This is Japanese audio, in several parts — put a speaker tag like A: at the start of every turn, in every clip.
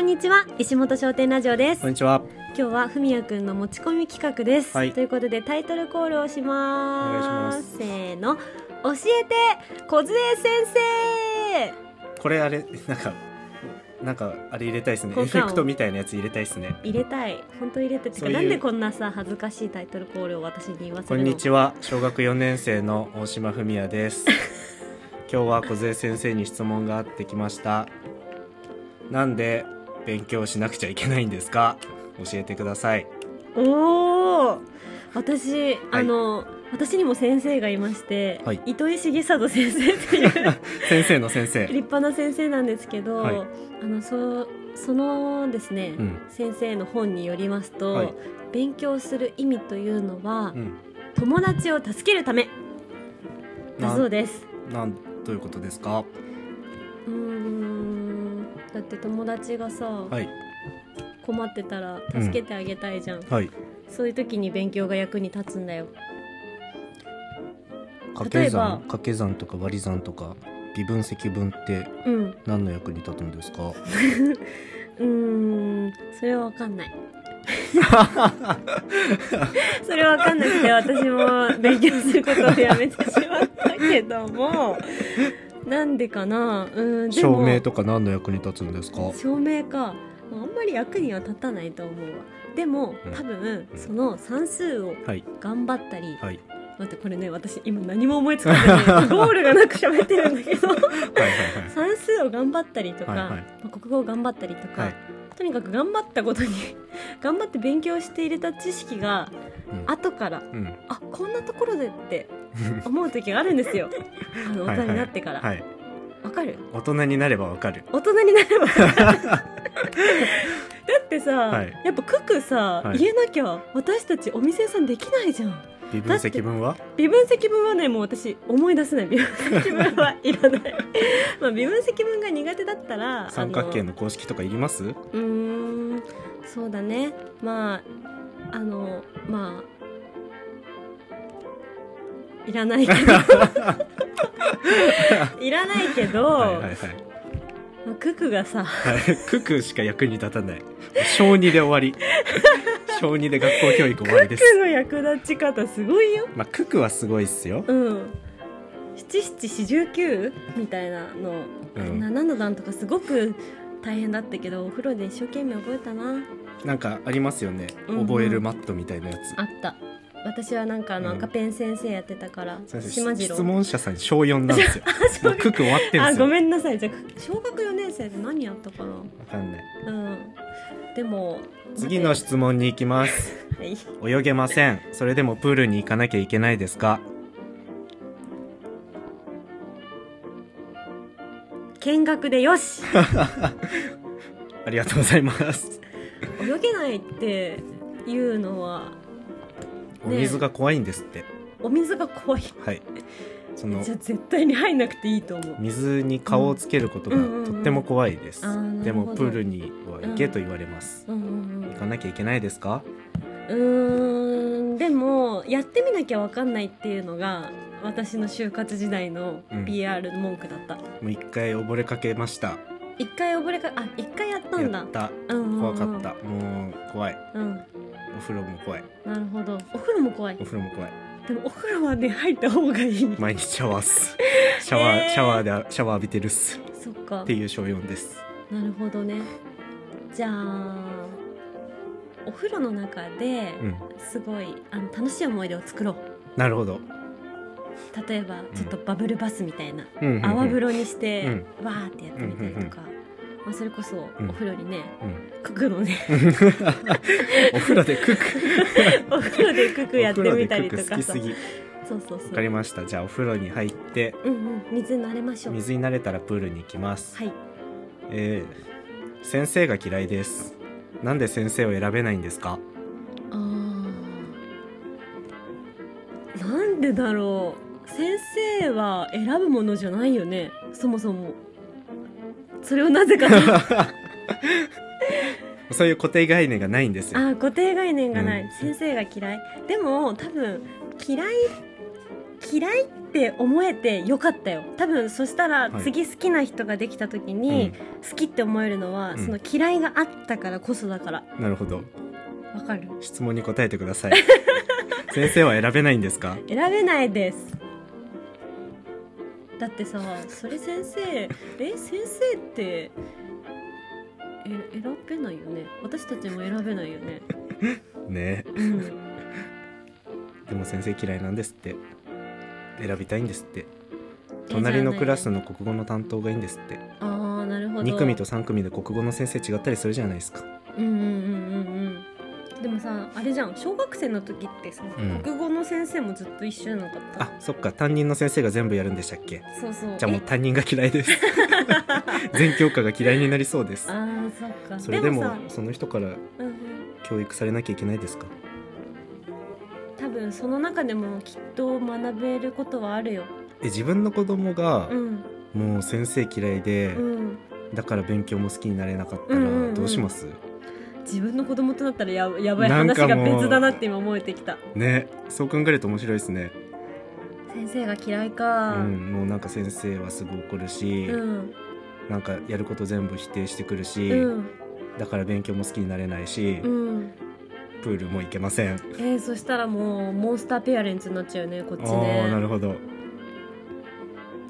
A: んにちは石本商店ラジオです
B: こんにちは。
A: 今日はふみやくんの持ち込み企画です、
B: はい
A: ということでタイトルコールをし
B: お願
A: ま
B: いし
A: す
B: ます
A: せーの教えて小杖先
B: これあれなんかなんかあれ入れたいですね。エ
A: 効
B: フ
A: 果音
B: ェクトみたいなやつ入れたいですね。
A: 生入れたい本当入れたいってか
B: そういう
A: なんでこんなさ恥ずかしいタイトルコールを私に言わせ
B: こ
A: るの
B: んにちは。小学4年生の大島文也 です。今日は小杖先生に質問があってきました。なんで勉強しなくちゃいけないんですか。教えてくだ さい。
A: おお私、あの私にも先生がいまして、
B: はい
A: 糸井重里先生っていう立
B: 先生の先 生。
A: 派な先生なんですけど、
B: はい
A: あのそそのですね、
B: うん
A: 先生の本によりますと、
B: はい
A: 勉強する意味というのは、
B: うん。
A: 友達を助けるためだ
B: な
A: そうです
B: なんどういうことですか。
A: うーんだって友達がさ、
B: はい
A: 困ってたら助けてあげたいじゃん、
B: はい。
A: そういう時に勉強が役に立つんだよ
B: 掛
A: 例えば
B: け算掛け算とか割り算とか微分積分って
A: うん
B: 何の役に立つんで すか。
A: うーんそれはわかんないそれはわかんなくて私も勉強することをやめてしまったけどもなんでかなうーんでも
B: 照明とか何の役に立つんですか。
A: 照明かまああんまり役には立たないと思うわでも
B: うん
A: 多分その算数を
B: はい
A: 頑張ったり、
B: はい
A: 待ってこれね私今何も思いつかないゴールがなく喋ってるんだ けど
B: はいはい
A: 算数を頑張ったりとか、
B: はいはい
A: まあ国語を頑張ったりとか、
B: はい
A: とにかく頑張ったことに頑張って勉強して入れた知識が
B: はい。
A: 後から
B: うん。
A: あこんなところで って思う時があるんですよあの
B: は
A: 大
B: いは
A: 人
B: い
A: になってからわ、
B: はい。
A: かる
B: 大人になればわかる。
A: 大人にな ればだってさ、
B: はい
A: やっぱ九九さ、
B: はい
A: 入れなきゃ私たちお店屋さんできないじゃん
B: 微分積分は？
A: 微分積分はねもう私思い出せない微分積分はいらない まあ微分積分が苦手だったらあの
B: 三角形の公式とかいります？は
A: うーんそうだねまああのまあいらないけどいらないけど、
B: いはいはい。
A: まあククがさ
B: はいククしか役に立たない。小二で終 わり。小二で学校教育終わりで
A: クク
B: す。
A: の役立ち方すごいよ
B: まあククはすごいっすよ。
A: うん七七四十九みたいなの、
B: うん
A: 七の段とかすごく大変だったけどお風呂で一生懸命覚えたな
B: なんかありますよね。
A: うんうん
B: 覚えるマットみたいなやつ。
A: あった私はなんかあの
B: うん
A: 赤ペン先生やってたから、
B: 先
A: 島
B: 生
A: 次郎
B: 質問者さん小四なんですよ。もうクク終わってるん
A: あ
B: ですよ。
A: ご
B: わ
A: めんなさいじゃあ小学4年生で何やったかな
B: かんない。
A: うんでも
B: 次の
A: 待
B: 質問に行きます。
A: ってはい
B: 泳げませんそれでもプールに行かなきゃいけないですか
A: 見学でよし
B: ありがとうございます
A: 泳げないっていうのは
B: お水が怖いんですって、
A: お水が怖 い
B: はいその
A: じゃあ絶対に入んなくていいと思う
B: 水に顔をつけることが
A: うん
B: とっても怖いです、
A: うんうんうんあーな
B: で
A: る
B: も
A: ほど
B: プールには行けと言われます、
A: うん
B: 行かなきゃいけないですか
A: うんうんうーんでもやってみなきゃわかんないっていうのが私の就活時代の
B: うん
A: PR 文句だった
B: もう一回溺れかけました
A: 一回溺れかあ一回やったん
B: や
A: だ
B: った
A: 怖
B: 怖かった、もう怖い
A: うん
B: お風呂も怖い
A: なるほどお風呂も怖い
B: お風呂も怖い
A: でもお風呂はね入った方がいい
B: 毎日シャワーっ すシャワー、
A: えー
B: シャワーでシャワー浴びてるっす
A: そっか
B: っていう小4です
A: なるほどねじゃあお風呂の中で
B: うん
A: すごいあの楽しい思い出を作ろう
B: なるほど、
A: 例えばちょっとバブルバスみたいな、
B: うんうんうん
A: 泡風呂にして、
B: う
A: わーってやってみたりとか、まあ、それこそお
B: ん
A: 風呂にね、
B: うん
A: ククのね
B: お風呂でクック
A: お風呂でククやってみたりと
B: お風呂でクック好
A: か
B: き
A: さ
B: すぎ
A: そうそう
B: わ
A: そ
B: かり
A: う
B: ましたじゃあお風呂に入って
A: うんうん水に慣れましょう
B: 水に慣れたらプールに行きます、
A: はい
B: えー先生が嫌いですなんで先生を選べない んですか
A: あーなんでだろう先生は選ぶものじゃないよねそもそもそれをなぜ かとあ
B: そういう固定概念がないんですよ
A: ー固定概念がない、
B: うん
A: 先生が嫌いでも多分嫌い嫌いって思えてよかったよ多分そしたら
B: はい
A: 次好きな人ができた時
B: う
A: に
B: ん、
A: 好きって思えるのは、
B: うん
A: その嫌いがあったからこそだから
B: なるほど
A: わかる
B: 質問に答えてくだ さい先生は選べないんですか
A: 選べないですだってさそれ先生え先生ってえ選べないよね私たちも選べないよね
B: ね
A: うん
B: でも先生嫌いなんですって選びたいんですって隣のクラスの国語の担当がいいんですって
A: あーなるほど
B: 2組と3組で国語の先生違ったりするじゃないですか
A: うんうんうんうんうんでもさあれじゃん小学生の時ってさ、
B: うん
A: 国語の先生もずっと一緒じゃなかった
B: あそっか担任の先生が全部やるんでしたっけ
A: そうそう
B: じゃあもう
A: え
B: 担任が嫌 いです全教科が嫌いになりそうです
A: あーそっか
B: それでも
A: さ、
B: その人から
A: うんうん、
B: 教育されなきゃいけないですか
A: 多分その中でもきっと学べることはあるよ
B: え自分の子供が
A: うん
B: もう先生嫌いで、
A: うん
B: だから勉強も好きになれなかった
A: うんうんう
B: ら
A: ん
B: どうします、
A: 自分の子供となったらややばい
B: なん
A: 話
B: か
A: が
B: もう
A: 別だなって今思えてきた
B: ねそう考えると面白いですね、
A: 先生が嫌いうか
B: ん、もうなんか先生はすぐ怒るし、
A: うん
B: なんかやること全部否定してくるし、
A: うん
B: だから勉強も好きになれないし、
A: うん
B: プールも行けません、
A: えー、そしたらもうモンスターペアレンツになっちゃうよねこっち
B: ああな
A: ね
B: るほど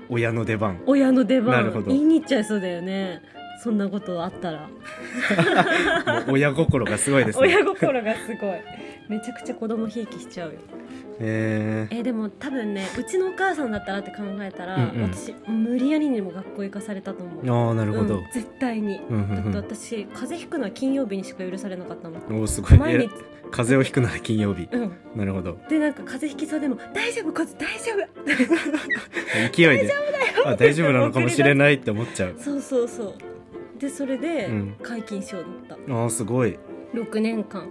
B: 親の出番
A: 親の出
B: なるほ
A: 番
B: ど
A: 言いに行っちゃいそうだよねそんなことあったら、
B: もう親心がすごいですね
A: 親心がすごいめちゃくちゃ子供ひいきしちゃうよ
B: えー
A: えーでも多分ねうちのお母さんだったらって考えたら、
B: うんうん
A: 私無理やりにも学校行かされたと思う
B: ああなるほど、
A: うん絶対に、
B: うんうんうん
A: だって私風邪ひくのは金曜日にしか許されなかったもん
B: おーすごい
A: 毎日
B: えら風邪をひくなら金曜日
A: うん
B: なるほど
A: でなんか風邪ひきそうでも「大丈夫こっち大丈夫!
B: 勢いであ大丈夫なのかもしれないって思っちゃう」
A: そうそうそうでそれで
B: うん
A: 解禁しようだった、
B: あーすごい、
A: 6年間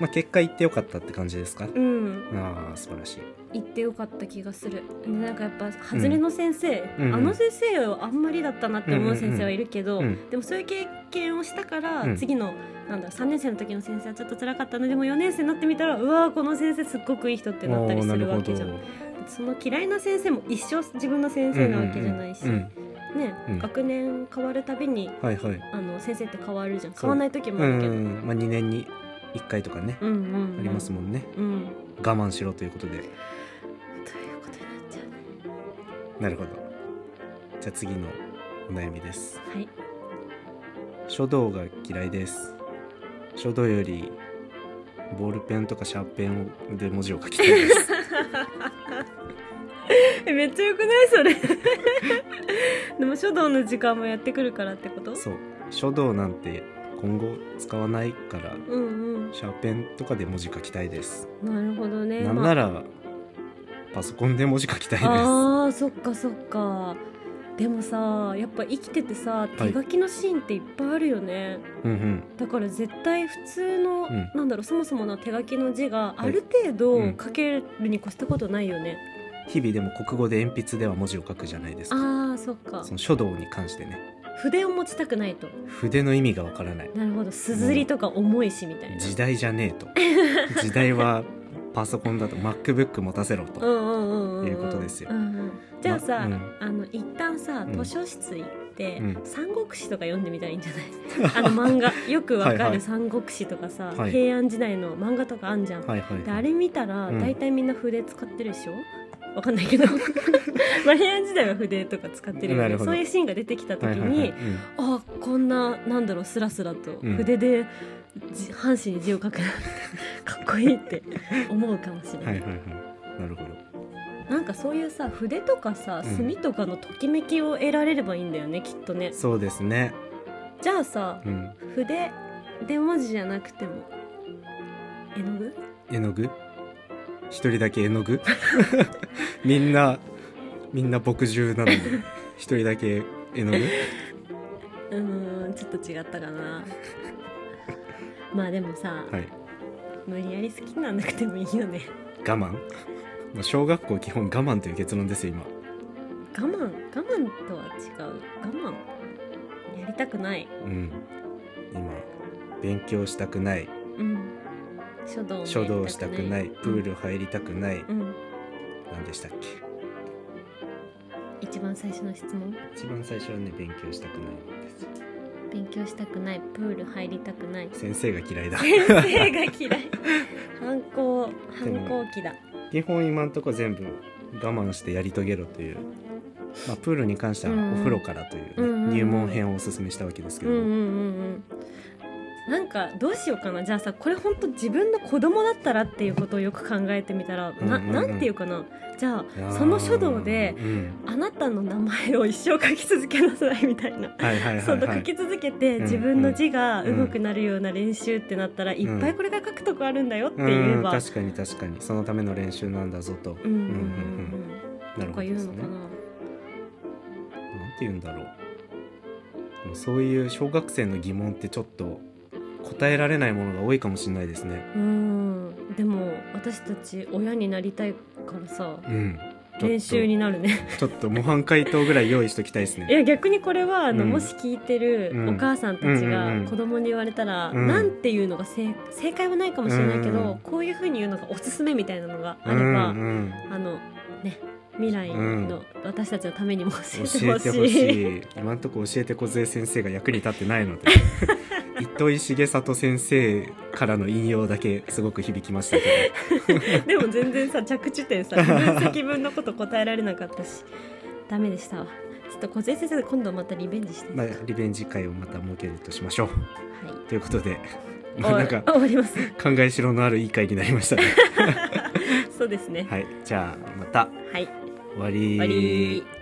B: まあ、結果言ってよかったって感じですか、
A: うん
B: ああ素晴らし
A: 行
B: い
A: ってよかった気がするでなんかやっぱ外れの先生、
B: うん
A: あの先生はあんまりだったなって思う先生はいるけど、
B: うんうんうんうん
A: でもそういう経験をしたから、
B: うん
A: 次のなんだろう3年生の時の先生はちょっと辛かったのでも4年生になってみたらうわーこの先生すっごくいい人ってなったりするわけじゃ
B: お
A: ん
B: ーなる
A: その嫌いな先生も一生自分の先
B: ほど
A: 生なわけじゃないし、
B: うんうん
A: ね、
B: うん
A: 学年変わるたびに
B: うんはいはい
A: あの先生って変わるじゃん
B: そう
A: 変わんない時も
B: う
A: あ
B: ん
A: るけど、うん、
B: うんまあ、2年に1回とかね、
A: うんうん
B: ありますもんね
A: うん、
B: 我慢しろということで
A: ということになっちゃうね
B: なるほどじゃあ次のお悩みです
A: はい
B: 書道が嫌いです書道よりボールペンとかシャーペンで文字を書きたいです
A: えめっちゃよくないそれ でも書道の時間もやってくるからってこと
B: そう書道なんて今後使わないから
A: うん
B: シャーペンとかで文字書きたいです、
A: うんなるほどね
B: なん
A: ま
B: な
A: あ
B: らパソコンで文字書きたいです
A: あーそっかそっかでもさやっぱ生きててさ手書きのシーンっていっぱいあるよね、
B: うん
A: だから絶対普通の、
B: うん
A: なんだろうそもそもの手書きの字が
B: は
A: あ
B: い
A: る程
B: うん
A: 度書けるに越したことないよね、
B: うん日々でも国語で鉛筆では文字を書くじゃないですか
A: あーそっか
B: その書道に関してね
A: 筆を持ちたくないと
B: 筆の意味がわからない
A: なるほどすずりとか重いしみたいな
B: 時代じゃね えと時代はパソコンだと MacBook 持たせろと、
A: うんうんうんうんん
B: いうことですよ
A: うんうんじゃあさ、
B: ま
A: あの一旦さ
B: うん
A: 図書室行って、
B: うん
A: 三国志とか読んでみたらいいんじゃない あの漫画よくわ
B: はい
A: か
B: はい
A: る三国志とかさ、
B: はい
A: 平安時代の漫画とかあんじゃん、
B: はいはいはい
A: であれ見たら
B: うん
A: 大体みんな筆使ってるでしょ、わかんないけど まあ平安時代は筆とか使ってるよ
B: なる
A: ね
B: ほど
A: そういうシーンが出てきた時
B: はい
A: に、
B: はいはいうん
A: あこんななんだろうスラスラと
B: うん
A: 筆でじ、半紙に字を書くなんて かっこいいって思うかもしれない
B: はいはいはいなるほど
A: なんかそういうさ筆とかさ
B: うん
A: 墨とかのときめきを得られればいいんだよね、きっとね
B: そうですね
A: じゃあさ
B: うん
A: 筆で文字じゃなくても絵の具
B: 絵の具一人だけ 絵の具みんなみんな墨汁なのに一人だけ絵の具
A: うーんちょっと違ったかな まあでもさ、
B: はい
A: 無理やり好きになんなくてもいいよね
B: 我慢もう小学校基本我慢という結論ですよ今
A: 我慢我慢とは違う我慢やりたくない
B: うん今勉強したくない
A: うん書道もやりたくない
B: 書道したくないプール入りたくない、
A: うん
B: 何でしたっけ
A: 一番最初の質問
B: 一番最初はね勉強したくないんですよ
A: 勉強したくないプール入りたく ない
B: 先生が嫌いだ
A: 先生が嫌い反抗
B: で
A: 反
B: も
A: 抗期だ
B: 基本今んとこ全部我慢してやり遂げろという、まあ、プールに関しては
A: うん
B: お風呂からというね、
A: うんうん
B: 入門編をおすすめしたわけですけ
A: うん
B: ど
A: う
B: も、
A: んうんうんなんかどうしようかなじゃあさこれ本当自分の子供だったらっていうことをよく考えてみたら、な
B: うんうんうん
A: なんていうかなじゃ
B: いや
A: あ
B: ー
A: その書道で
B: うん
A: あなたの名前を一生書き続けなさいみたいな
B: はいはいは
A: そ
B: い、
A: の
B: は
A: 書
B: い
A: き、続けて自分の字が
B: うん
A: うまくなるような練習ってなったらいっぱいこれが書くとこあるんだよって言え
B: うん
A: ば
B: 確かに確かにそのための練習なんだぞと、
A: うんうんうんうん
B: な
A: と
B: るほ
A: か
B: ど
A: 言
B: で
A: う
B: す
A: の
B: ね
A: か
B: なんて
A: な
B: 言うんだろうでもそういう小学生の疑問ってちょっと答えられないものが多いかもしれないですね
A: うんでも私たち親になりたいからさ
B: うんちょっと
A: 練習になるね
B: ちょっと模範解答ぐらい用意しときたいですね
A: いや逆にこれはあの、
B: うん
A: もし聞いて
B: う
A: る
B: ん
A: お母さんたち
B: うんうんう
A: が
B: ん
A: 子供に言われたら、
B: うん
A: なんていうのが正正解はないかもしれないけど、
B: うんうん
A: こういうふうに言うのがおすすめみたいなのがあ
B: う
A: れば、
B: んうん
A: あのね未来の私たちのためにも教えて
B: 教
A: ほ
B: え
A: してい,、
B: ほしい今んとこ教えて小杖先生が役に立ってないの で糸井重里先生からの引用だけすごく響きましたけ
A: でも全然さ着地点さ分析分のこと答えられなかったしダメでしたわちょっと小杉先生今度またリベンジして
B: ど、
A: みた
B: まあ
A: い、
B: リベンジ会をまた設けるとしましょう
A: は
B: ということで、
A: い、
B: ま あ、なんか
A: 終わ終わります
B: 考えしろのあるいい会になりましたね
A: そうですね
B: はいじゃあまた
A: はい
B: 終わ
A: 終
B: り
A: わり